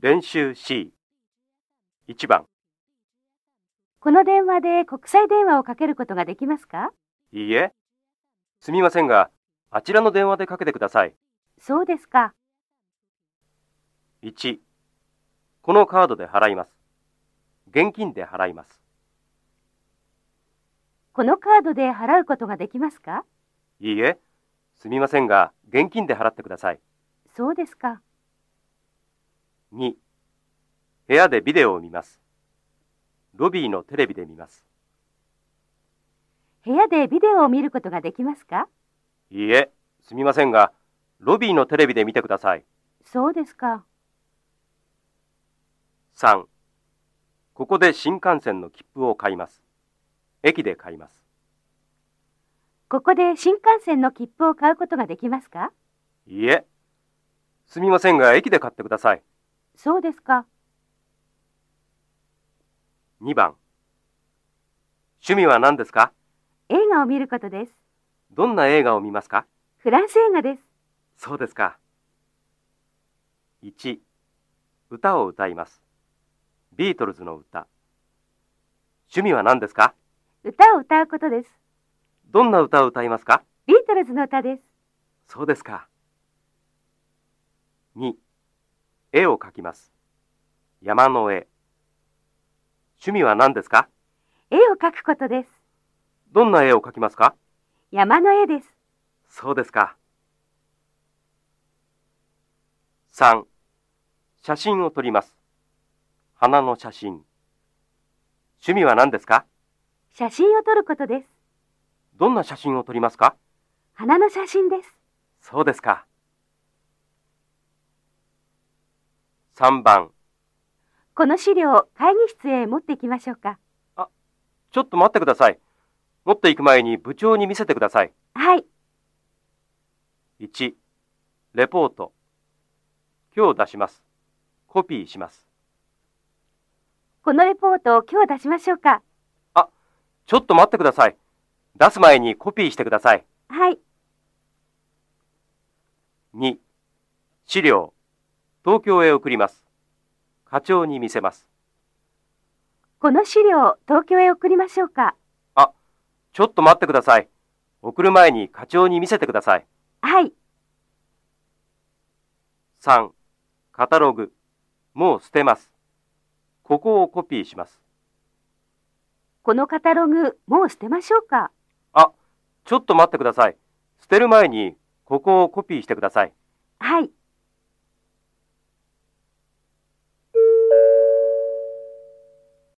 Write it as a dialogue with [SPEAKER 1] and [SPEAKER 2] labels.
[SPEAKER 1] 練習 C 1番
[SPEAKER 2] この電話で国際電話をかけることができますか
[SPEAKER 1] いいえすみませんがあちらの電話でかけてください
[SPEAKER 2] そうですか。
[SPEAKER 1] 1このカードで払います現金で払います
[SPEAKER 2] このカードで払うことができますか
[SPEAKER 1] いいえすみませんが現金で払ってください
[SPEAKER 2] そうですか。
[SPEAKER 1] 2部屋でビデオを見ますロビーのテレビで見ます
[SPEAKER 2] 部屋でビデオを見ることができますか
[SPEAKER 1] いいえすみませんがロビーのテレビで見てください
[SPEAKER 2] そうですか。
[SPEAKER 1] 3ここで新幹線の切符を買います駅で買います
[SPEAKER 2] ここで新幹線の切符を買うことができますか
[SPEAKER 1] いいえすみませんが駅で買ってください
[SPEAKER 2] そうですか。
[SPEAKER 1] 2番趣味は何ですか
[SPEAKER 2] 映画を見ることです。
[SPEAKER 1] どんな映画を見ますか
[SPEAKER 2] フランス映画です。
[SPEAKER 1] そうですか。1歌を歌います。ビートルズの歌。趣味は何ですか
[SPEAKER 2] 歌を歌うことです。
[SPEAKER 1] どんな歌を歌いますか
[SPEAKER 2] ビートルズの歌です。
[SPEAKER 1] そうですか。2絵を描きます。山の絵。趣味は何ですか
[SPEAKER 2] 絵を描くことです。
[SPEAKER 1] どんな絵を描きますか
[SPEAKER 2] 山の絵です。
[SPEAKER 1] そうですか。3写真を撮ります。花の写真。趣味は何ですか
[SPEAKER 2] 写真を撮ることです。
[SPEAKER 1] どんな写真を撮りますか
[SPEAKER 2] 花の写真です。
[SPEAKER 1] そうですか。3番、
[SPEAKER 2] この資料を会議室へ持ってきましょうか。
[SPEAKER 1] ちょっと待ってください。持っていく前に部長に見せてください。
[SPEAKER 2] はい。
[SPEAKER 1] 1、レポート。今日出します。コピーします。
[SPEAKER 2] このレポートを今日出しましょうか。
[SPEAKER 1] ちょっと待ってください。出す前にコピーしてください。
[SPEAKER 2] はい。
[SPEAKER 1] 2、資料。東京へ送ります。課長に見せます。
[SPEAKER 2] この資料を東京へ送りましょうか。
[SPEAKER 1] ちょっと待ってください。送る前に課長に見せてください。
[SPEAKER 2] はい。
[SPEAKER 1] 3、カタログ。もう捨てます。ここをコピーします。
[SPEAKER 2] このカタログ、もう捨てましょうか。
[SPEAKER 1] ちょっと待ってください。捨てる前に、ここをコピーしてください。
[SPEAKER 2] はい。